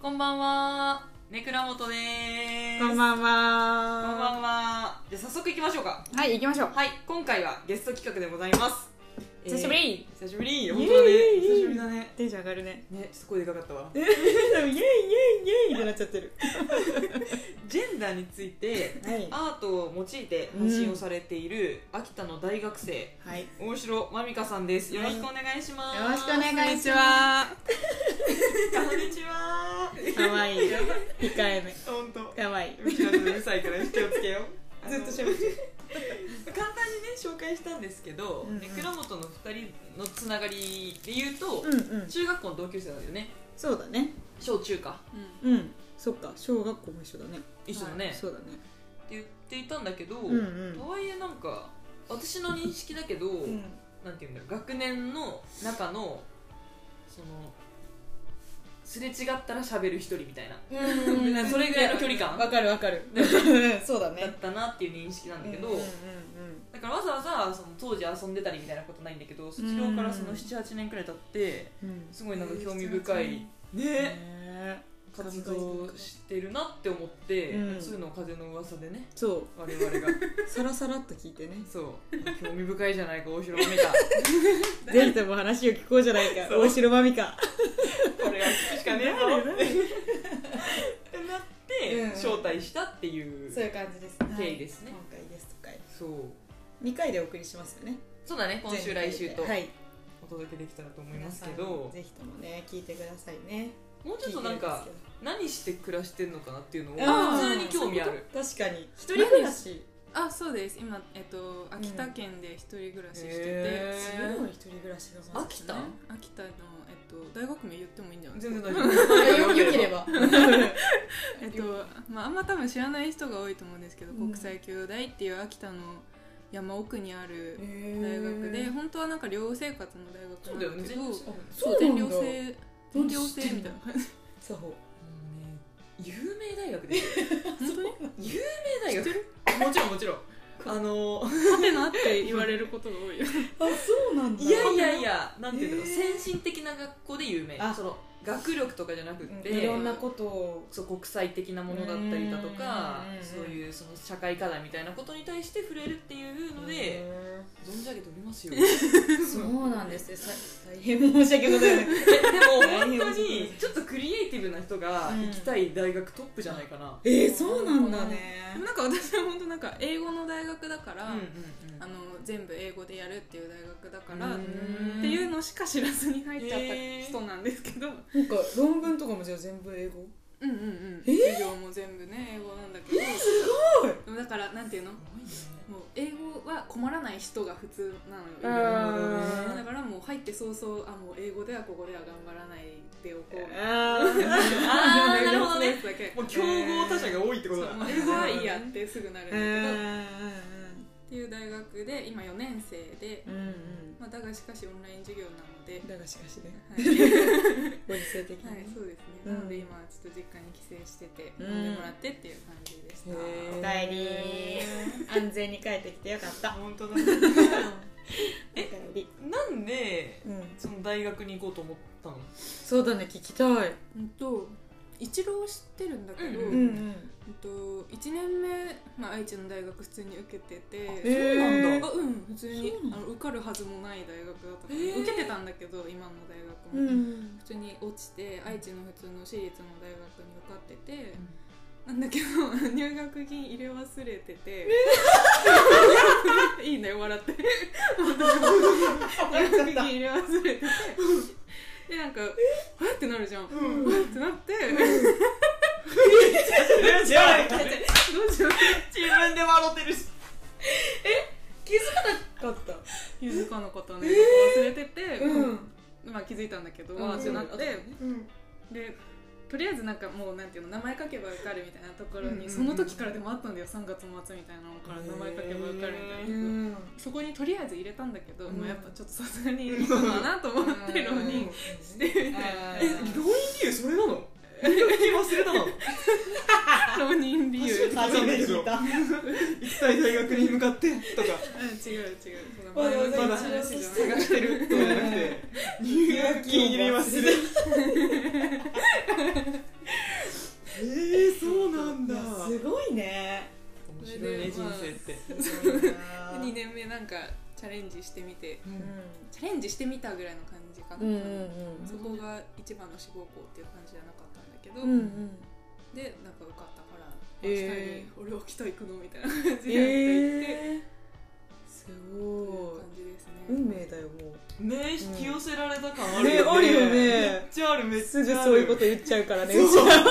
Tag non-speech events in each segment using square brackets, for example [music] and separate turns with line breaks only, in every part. こんばんは。ねくらもとでーす。
こん
ん
ばん
こんばんは。
は。
じゃあ早速行きましょうか。
はい、行きましょう。
はい、今回はゲスト企画でございます。
久しぶり
えー久しぶり
イエーイ
本当だね。久しぶりだね。
テンション上がる [laughs] ね。
ね、ちょっと声でかかったわ。
イエイイエイイエイってなっちゃってる。
ジェンダーについて、
はい。
アートを用いて発信をされている、秋田の大学生、
はい。よ
大城まみかさんです。よろしくお願いします。。
ろしくお願いします
[laughs] こんにちは。
す。かわいい。
やばい
控えめ。
ほんと。
かわ [laughs] いい。
うちらのうるさいから気をつけ [laughs] よう
ずっと
しゃべって簡単にね紹介したんですけど、
うんうん
ね倉本の2人のつながりで言うと、
うんうん。
中学校の同級生なんだよね
そうだね。
小中か
うん。そっか、小学校も一緒だね。
一緒だね、って
そうだね。
言っていたんだけど、
うんうん
と。はいえなんか私の認識だけど、なんていうんだろう学年の中のそのすれ違ったら喋る一人みたいな
うん
それぐらいの距離感
わかるわかる。 [laughs] そうだ
だっ
ね。
たなっていう認識なんだけど、
うんうん
だからわざわざその当時遊んでたりみたいなことないんだけど卒業からその78年くらい経って
うんうん。
すごいなんか興味深いね
ね
活動してるなって思って、
うん
そういうのを風の噂でね
そ
我々が
う、さらさらっと聞いて
[laughs]
ね。
そう興味深いじゃないか大城まみか
ぜひとも話を聞こうじゃないか。
そう
大城まみか。
これは聞くしかねえぞ
誰
っ
誰
てなって、
うん
招待したっていう
そういう感じですね。
経緯ですね
今回ゲスト会。
そう
2回でお送りしますよね。
そうだね今週来週と
はい。
お届けできたらと思いますけど
皆さんぜひともね、聞いてくださいね。
もうちょっとなんか何して暮らしにしてんのかなっていうのを
あー
普通に興味ある
聞いてるんですけど。確かに。一
人暮ら
し。
あそうです今、えっと、秋田県で一人暮らししてて、
へー
すごい一人暮らしがまず
秋田
秋田の、えっと、大学名言ってもいいんじゃないですか
全然大
あ
丈
よ
夫
よけれ
[laughs]
ば。
えっとまあ、あんま多分知らない人が多いと思うんですけど、
うん
国際教養大っていう秋田の山奥にある大
大
学で、本当はなんか寮生活の大
そう
学
だよ
なん
ね
だけ
全
ど
然
そう
全
なん
寮
だ。
制全寮制みたいな感じ
作法。
もうね有名大学ですよ
本当に
有名大学もちろんもちろんあの
[laughs] ハテナって言われることが多いよ
あ、そうなんだ。
いやいやいやなんていうの、
へー
先進的な学校で有名
あ
その学力とかじゃなく
うん。
て、
いろんなことを。
そう国際的なものだったりだとか
うんうんうんうん
そういうその社会課題みたいなことに対して触れるっていうので
へ
存じ上げております [laughs] よ
ーそうなんですね。さ大変申し訳ございませ
[laughs]
ん。
でも本当にちょっとクリエイティブな人が行きたい大学トップじゃないかな、
えー、そうなんだね
で [laughs] もなんか私は本当なんか英語の大学だから、
うんうんうん
あの全部英語でやるっていう大学だから、
うん
っていうのしか知らずに入っちゃった人なんですけど、
なんか論文とかもじゃあ全部英語
うんうんうん、授業も全部ね英語なんだけど、でもだからなんていうのも
す
う英語は困らない人が普通なのよ、
あー
だからもう入って早々あもう英語ではここでは頑張らないでおこう
あ
ごいねあーなるほど [laughs] ね
だけ
もう競合他社が多いってこ
そ
と
う
だ
もう英語はいいやってすぐなるんだけど、っ
う
ていう大学で今4年生で、
んうん
まあ、だがしかしオンライン授業なの
[laughs]
で、
だがしかしね
はい
ご時世的に
はい、そうですね。
うん
なので今はちょっと実家に帰省してて、
うん
飲んでもらってっていう感じでした。
へ
お
ー
かえり安全に帰ってきてよかった
本当だね
えり
なんで
うん
その大学に行こうと思ったの
そうだね聞きたい
うんと一浪知ってるんだけど、
う
うんん
うん
と一年目まあ愛知の大学普通に受けて
え
て。
ー
そうなんだ
あうん普通に
そうな
あ
の
の受かるはずもない大学だったから、
へー
受けてたんだけど今の大学
う
も、
ん
普通に落ちて愛知の普通の私立の大学に受かってて、なんだけど [laughs] 入学金入れ忘れてて、 [laughs] いいね
[laughs]
笑って [laughs] 入
[laughs]
学金入れ忘れててでなんか「えっ?」てなるじゃん「
うん
えっ?」てなって「
じゃあ自
どうしよう」
分で笑ってるし
気づかなかった
気づかなかったね忘れてて、まあ、気づいたんだけど、
うん
わーってなって
うん
でとりあえずなんかもうなんていうの名前書けば受かるみたいなとこ
う
ろ
んうんう
に、
ん
その時からでもあったんだよ3月末みたいなのから名前書けば受かるみたいな。
うん
そこにとりあえず入れたんだけど、
うん
もうやっぱちょっとさすがにいいかなと思って浪人してみたいな
え浪人理由それなの入学金忘れたの
浪人理由
初めて聞い
た
行きたい大学に向かってとか
うん違う違うそ
わ
の
ざわ
前
ざ
の
一浪
話じゃ
して
ない
探してるとかじゃなくて入学金入れ忘れ
してみたぐらいの感じかな、
うんうん
そこが一番の志望校っていう感じじゃなかったんだけど、
うんうんうん
でなんか受かったから
え
明
ー
日に俺沖縄行くのみたいな感じでやっていって、
えーす
という
ごい
感じですね、
運命だよも
ね引き寄せられた感あ
う
る
ねあ
よ
る
ね
よ
めっ
ね
ちゃあるめっちゃ
す
ある
ぐそういうこと言っちゃうからね
そう
うちらいや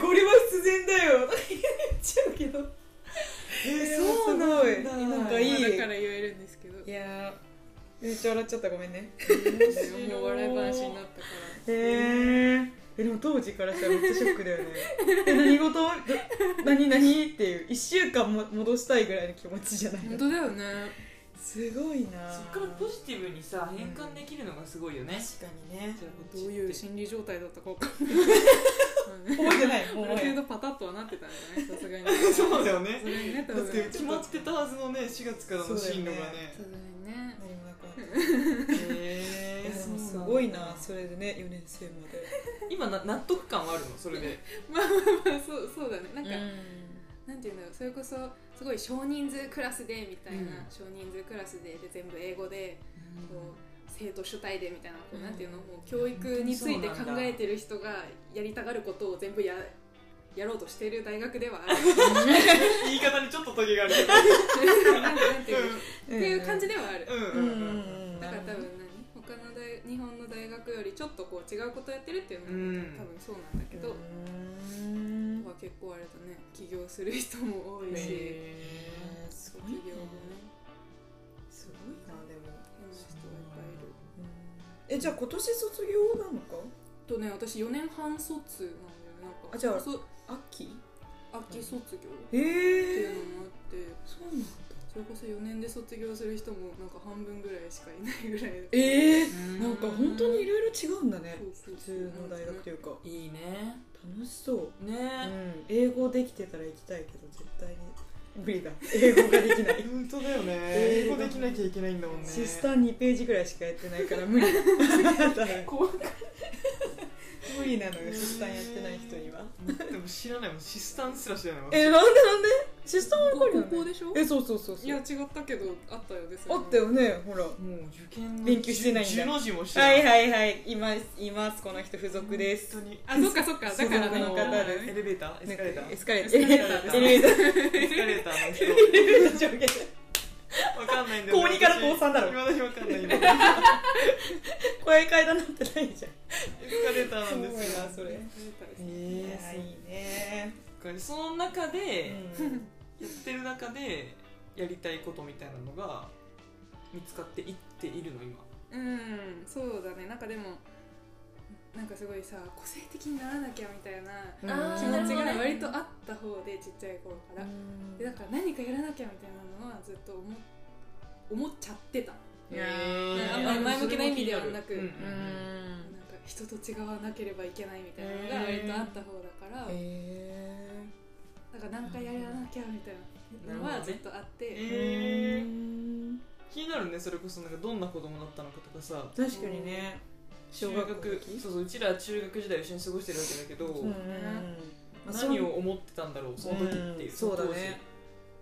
これは必然だよ言っちゃうけど
え
そうなんだ
なん
が
かいい
いい
まあだから言えるんですけど
いやーめっちゃ笑っちゃったごめんね
白い
もう笑い話になったか
へーえでも当時からしたらめっちゃショックだよねえ何事ど何何っていう1週間も戻したいぐらいの気持ちじゃな
ら
い
本
の
当だよね
すごいな
そっからポジティブにさ変換できるのがすごいよね、
確かにね
じゃあこっ
ど
ち
ういう心理状態だったかわかんない
覚えてないも [laughs]
あ
う
る程度パタッとはなってたんじゃないさすがにさすが
[laughs] そうだよね
にね多
だっ
分
て決まってたはずのね4月からの進路がね
さすがにね
何もなかったい
へー
やで
そうな
も
んだ
すごいなそれでね4年生まで
今な納得感はあるのそれで
まあまあ [laughs] そうそうだねなんか、なんていうんだろうそれこそすごい少人数クラスでみたいな、
うん
少人数クラスでで全部英語でこう生徒主体でみたいなこう、
うん
なんていうのもう教育について考えてる人がやりたがることを全部ややろうとしてる大学ではあ
[laughs]
る [laughs]
言い方にちょっとトゲがあるけど
なんてなんていうのっていう感じではある、
うん
う
うんう
んうんん
だから多分何他の大日本の大学よりちょっとこう違うことやってるっていうのは、
うん
多分そうなんだけど、
うん
まあ結構あれだね起業する人も多いし、
えーすごい
卒
ね
業もね
すごいなでも
変な人がいっぱいいる。
えじゃあ今年卒業なのか
とね私4年半卒なんだよねなんか
あじゃあ
そ
秋
秋卒業
え
って
え
いうのもあって、
そうなんだ
それこそ4年で卒業する人もなんか半分ぐらいしかいないぐらい
ええ
うん
なんか本当にいろいろ違うんだね
そうそう
普通の大学というか
いいね
楽しそう、
ね
うん、英語できてたら行きたいけど絶対に無理だ英語ができない
本当だよね
英語できな
きゃいけないんだも
[laughs] シスター2ページぐらいしかやってないから [laughs] 無理だ
怖い
無理なのよシスターやってない人には
でも知らないもんシスタンすら知らないもん
えなんでなんでシスターわかるよ、ね、
高校でしょ
えそうそうそう
い
そ
や
う
違ったけどあったよです
あったよねほら
もう受験の
勉強してないんだ
十の字もして
はいはいはい、います、います、この人付属です。
本当に
あそっかそっかだから
あの方
だ
です
エレベーターエスカレーター
エ
エ
スカレータ
エ
ー。
スカレータ
ー
エレベーター。
スカレーターの人
エレベーター上下。
わかんないんだよね
高二から高三だろ
私私わかんないんだよ
[laughs]
ね
[laughs] 声階段なってないじゃん。
エスカレーターなんですす
ごい
よ
なそれ。い
え
や
え
いいね。
そっかその中
う
で、
ん
やってる中でやりたいことみたいなのが見つかっていっているの今
うんそうだねなんかでもなんかすごいさ個性的にならなきゃみたいな
うん
あー
気持ち
なるほど
が
ね
割とあった方でちっちゃい頃からでだから何かやらなきゃみたいなのはずっと思っ思っちゃってた
いや
へ
ー
ー
あんまり
前向きな意味ではなく
うんうん
う
うん
ん。
なんか人と違わなければいけないみたいなのが割とあった方だから、
え
なんか何かやらなきゃみたいなのはずっとあって、
えー気になるねそれこそなんかどんな子供だったのかとかさ
確かにね。小
中
学校の
学
時
そうそううちら中学時代を一緒に過ごしてるわけだけど、
うんうんうん。
何を思ってたんだろうその時っていう、
ん
その
そう
当
だ
時
ね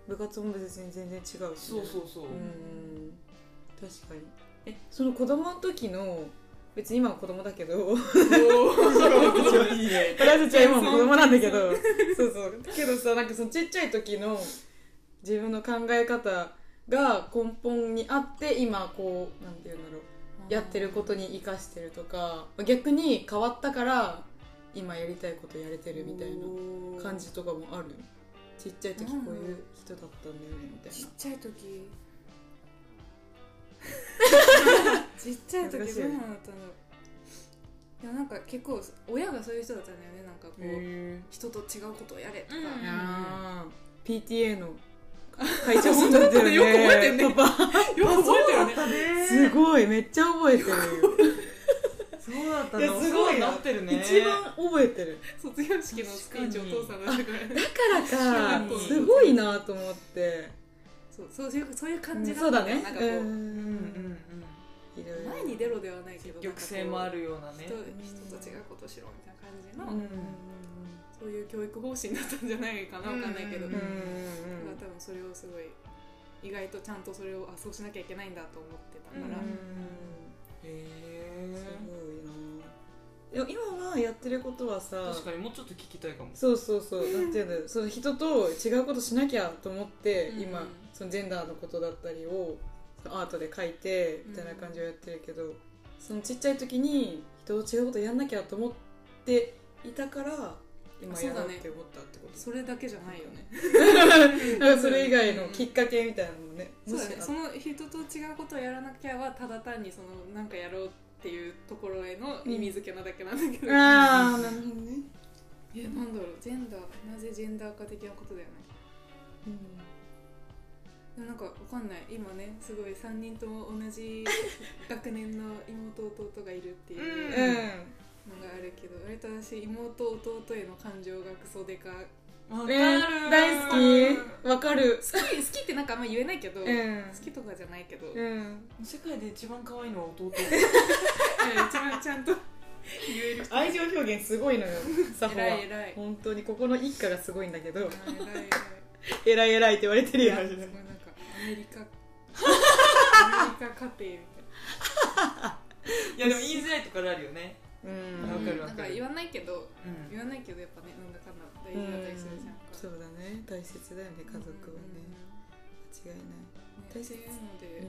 部活も別に全然違うしね。
そうそうそう、
うん確かにえその子供の時の別に今は子供だけ [laughs] ど
[laughs] いいね
私たちは今も子供なんだ [laughs] けどそうそうけどさなんかそのちっちゃい時の自分の考え方が根本にあって今こうなんて言うんだろうやってることに生かしてるとか逆に変わったから今やりたいことやれてるみたいな
な
感じとかもあるちっちゃい時こういう人だったんだよねみたい
ちっ
な
ちゃ
[laughs]
い時ちっちゃい
恥ず
時ど
かしい
うなんだったのいやなんか結構親がそういう人だったんだよねなんかこう、
へ
人と違うことをやれとか、
うん
あー PTA の会長さんだったよね
[laughs] よく覚えてんね
パパ
[laughs] よく覚えてるね
だね
すごいめっちゃ覚え
[laughs]
てる
そうだった
いや
の
すごいな
なってるね
一番覚えてる
卒業式のスピーチお父さんだったから
だから
確
か
かに
すごいなと思って
そうそういうそういう感
う
じ
んそう
った
だね
なん
う
かこう、
うんうん
んいろいろ
前に出ろではないけど
抑制もあるようなね
人人と違うことしろみたいな
う
感じの、
んうん
そういう教育方針だったんじゃないかなわかんないけど、
う
うんうんん
だから多分それをすごい意外とちゃんとそれをあそうしなきゃいけないんだと思ってたから、
うん
へえすごいなでも今はやってることはさ
確かにもうちょっと聞きたいかも
そうそうそうなんていうの
[laughs]
その人と違うことしなきゃと思って、
うん
今そのジェンダーのことだったりをそのアートで書いて
うん
みたいな感じをやってるけど、そのちっちゃい時に人と違うことやんなきゃと思っていたから今やろうって思ったってこと
それだけじゃないよね
なんかそれ以外のきっかけみたいなのもね、
そうだ
も
ね
しあっ
その人と違うことをやらなきゃはただ単にそのなんかやろうっていうところへの意味付けなだけなんだけど、え
あーなるほどね、
なんだろうジェンダーなぜジェンダー化的なことだよねでもなんかわかんない今ねすごい3人とも同じ学年の妹弟がいるっていう
う
うんん
のがあるけど、割と私妹弟への感情がクソデカ
わ
えー大好きわかる
好き好きってなんかあんま言えないけど、
うん
好きとかじゃないけど、うん、
うん
世界で一番可愛いのは弟
一番ちゃんと言える人
愛情表現すごいのよサホは
偉い偉い
本当にここの一家がすごいんだけど
あ偉い偉
偉い偉
い
いって言われてるよ
すごい
[laughs]
なんかアメリカアメリカ家庭
[laughs]
み
いやでも言いづらいところあるよね
う
わ
ん
か
たい
る
な
わ
なん
か
か
る
言わないけど
うん
言わないけどやっぱねなんだかんだ大
う
事
ん
だったりするじゃんか
そうだね大切だよね家族はね間違いない
うんうんうんねそういうので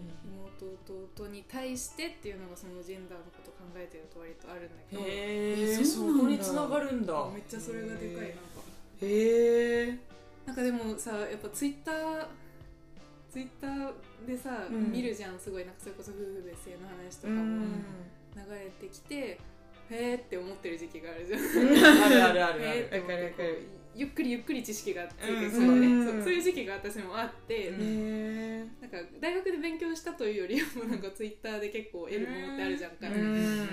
妹弟に対してっていうのがそのジェンダーのこと考えてると割とあるんだけどめ
へえ
そ
そう
な
こ
ん
に
だ
繋がるんだ
っちゃそれがでかいなんか
へえ
なんかでもさやっぱツイッターツイッターでさ、
うん
見るじゃんすごいなんかそれこそ夫婦別姓の話と
う
かも
ん
流れてきて、へーって思ってる時期があるじゃん
あるあるあるあ
え
る
ーって思って
わかるわかる
ゆっくりゆっくり知識がついて
う
くる
ん
のね、
うん
そうそういう時期が私もあって、
うん
へ
なんか大学で勉強したというよりもなんかツイッターで結構得るものってあるじゃんか、
うん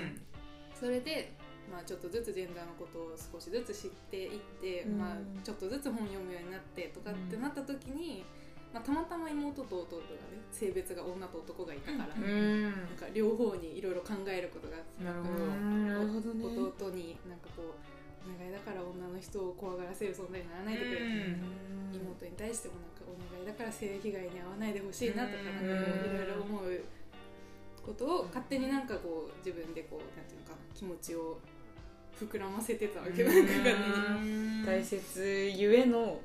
それで、まあ、ちょっとずつジェンダーのことを少しずつ知っていって、
うん
まあ、ちょっとずつ本読むようになってとかってなった時に、まあ、たまたま妹と弟がね性別が女と男がいたから、
うん
えう
なん
ん
か両方にいろいろ考えることがあって
なるほど
なるほどね
弟になんかこうお願いだから女の人を怖がらせる存在にならないでくれ、
うん
妹に対してもなんかお願いだから性被害に遭わないでほしいなとかなんか
うん
いろいろ思うことを勝手になんかこう自分でこうなんていうのか気持ちを膨らませてたわけなんかがね
うん
大切ゆえの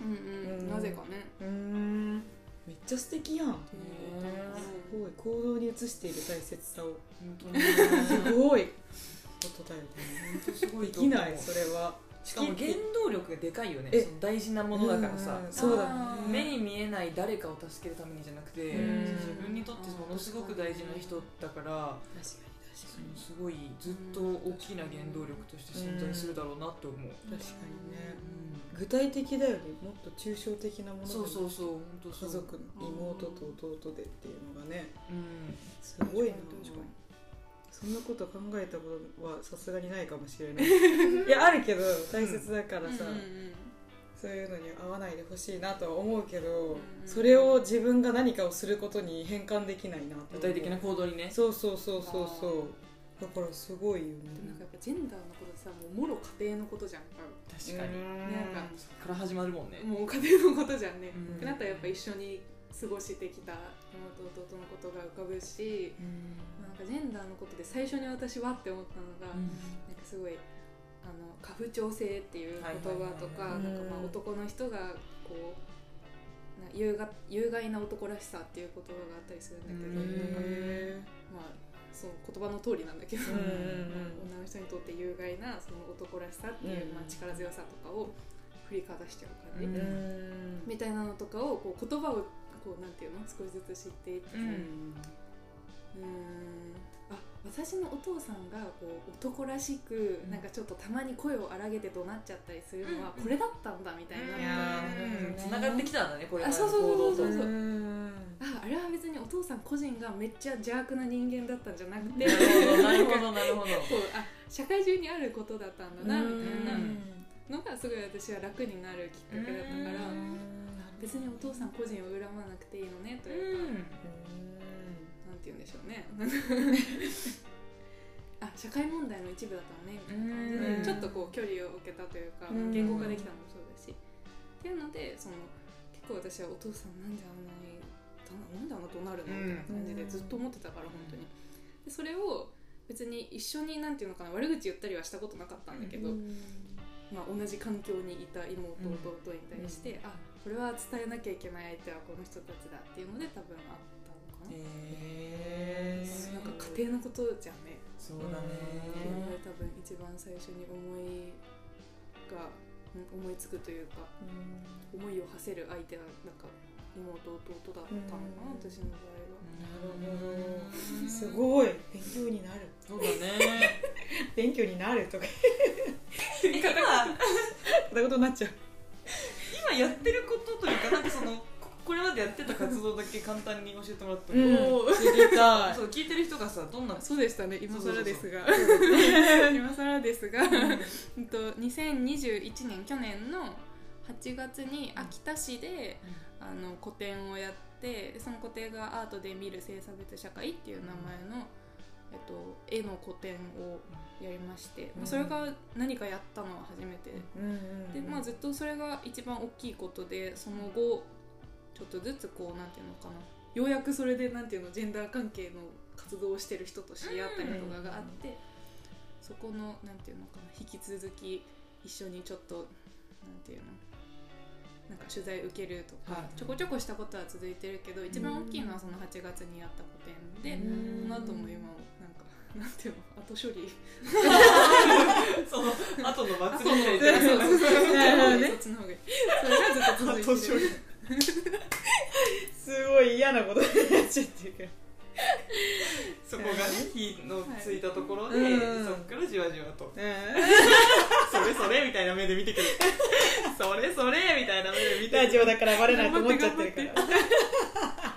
うんうん、
うん
なぜかね
うんめっちゃ素敵やんすごい行動に移している大切さを
本当に
すご
[laughs]
いことだよね
本当すご
で
いと
き
思う
ないそれは
しかも原動力がでかいよね
え
その大事なものだからさ
うんそうだ
あー
目に見えない誰かを助けるためにじゃなくて
うん
自分にとってものすごく大事な人だから
確かに確
そのすごいずっと大きな原動力として存在するだろうなって思う、
確かにね具体的だよねもっと抽象的なものだよ
そ
ね
うそうそう本当そ
家
う
族の妹と弟でっていうのがね
うん
すごいな
確かに
そんなこと考えたことはさすがにないかも
[laughs]
しれないいやあるけど大切だからさ、
うんうん
そういうのに合わないでほしいなとは思うけど、
ん
それを自分が何かをすることに変換できないなと思う
具体的な行動にね
そうそうそうそうそうだからすごいよね
うんなんかやっぱジェンダーのことってさもうもろ家庭のことじゃん
確かに、
うん
なんか
そこから始まるもんね、
もう家庭のことじゃんね、
うん
ってなったらやっぱ一緒に過ごしてきた妹弟のことが浮かぶしなんかジェンダーのことで最初に私はって思ったのが、なんかすごいあの家父長制っていう言葉と
はい
か
はいはいはい
なんかまあ
うん
男の人がこうな有が有害な男らしさっていう言葉があったりするんだけど、
うん
なんか
へ
まあその言葉の通りなんだけど、
ーうんうん
女の人にとって有害なその男らしさっていう、
うん
まあ、力強さとかを振りかざしちゃう感じ、
うん
うん
みたいなのとかをこう言葉をこうなんていうの少しずつ知っていってさ、
う
うんーん、あ私のお父さんがこう男らしく
うん
なんかちょっとたまに声を荒げて怒鳴っちゃったりするのは
うん
これだったんだみたい
いや
な、
ーなるほどね
つながってきたんだねこれから
あそうそうそうそ
行動
う
と
そ
う
う
ん
ああれは別にお父さん個人がめっちゃ邪悪な人間だったんじゃなく
な
て
るほどなるほ
こ
ど [laughs] なるほど
うあ社会中にあることだったんだなみたい
うん
なのがすごい私は楽になるきっかけだったか
う
ら
うん
別にお父さん個人を恨まなくていいのねというか。
う
なんて言うんでしょ
[laughs]
うねあ社会問題の一部だったのねみたいな感
うん
じでちょっとこう距離を置けたというか
うん
言語化できたのもそうだしっていうのでその結構私はお父さんなんであんなになんであんな怒鳴るのみたいな感じでずっと思ってたから本当にでそれを別に一緒になんていうのかな悪口言ったりはしたことなかったんだけど、まあ、同じ環境にいた妹弟に対して、あこれは伝えなきゃいけない相手はこの人たちだっていうので多分あったのかな、
えー、
なんか家庭のことじゃんね
そうだね
っていうので多分一番最初に思いがん思いつくというか思いを馳せる相手はなんか妹弟だったのかな、
うん
私の場合は。
なるほどす
い
ごい勉強になる
そうだね
勉強になるとか
え [laughs] 今
そんなことになっちゃう
今やってることというかなんかそのここれまでやってた活動だけ簡単に教えてもらったの、
うん知りたい
そう聞いてる人がさどんな
そうでしたね今
そうそ
更
うそう
で
そ
す
う
が今更ですがうんと2021年去年の8月に秋田市であの個展をやってその個展が「アートで見る性差別社会」っていう名前の、えっと、絵の個展をやりまして、まあそれが何かやったのは初めてで、まあ、ずっとそれが一番大きいことでその後ちょっとずつこうなんていうのかなようやくそれでなんていうのジェンダー関係の活動をしてる人と知り合ったりとかがあって、そこのなんていうのかな引き続き一緒にちょっとなんていうのなんか取材受けるとか、
はい
ちょこちょこしたことは続いてるけど一番大きいのはその8月にやった個展で、
うん
その後も今もなんかなんていうの後処理
[laughs] その後の
あ
祭
そう
りみたい
[laughs] な
そう
[laughs]
そうそうそっちの方がいい
ね
そっちの方がいいそれがずっと続いてる
後処理
すごい嫌なことになっちゃってるから
そこがね火のついたところで、
うん
そっからじわじわと
うん
「それそれ」みたいな目で見て [laughs] くる「それそれ」みたいな目で見て
ラ
く
ジ
る
オだからバレないと思っちゃってるから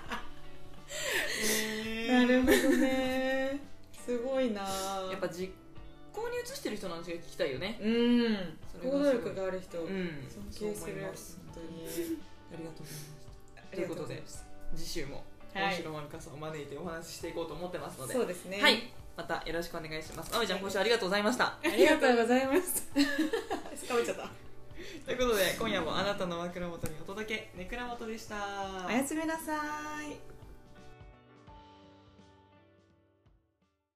なるほどねすごいな
やっぱ実行に移してる人の話が聞きたいよね
うん
それ
行
がすごい
動力がある人
うん
尊敬す
そう思
る
い
本
ます
当に
ありがとうございます
あ
とい
り
う
が
こと
うござ
で
ます
次週も
はい
大城まるかさんを招いてお話ししていこうと思ってますので
そうですね
はいまたよろしくお願いしますあおいちゃん今週ありがとうございました
[laughs] ありがとうございま [laughs] した掴めちゃった
ということで今夜もあなたの枕元にお届けネクラ元でした
おやすみなさい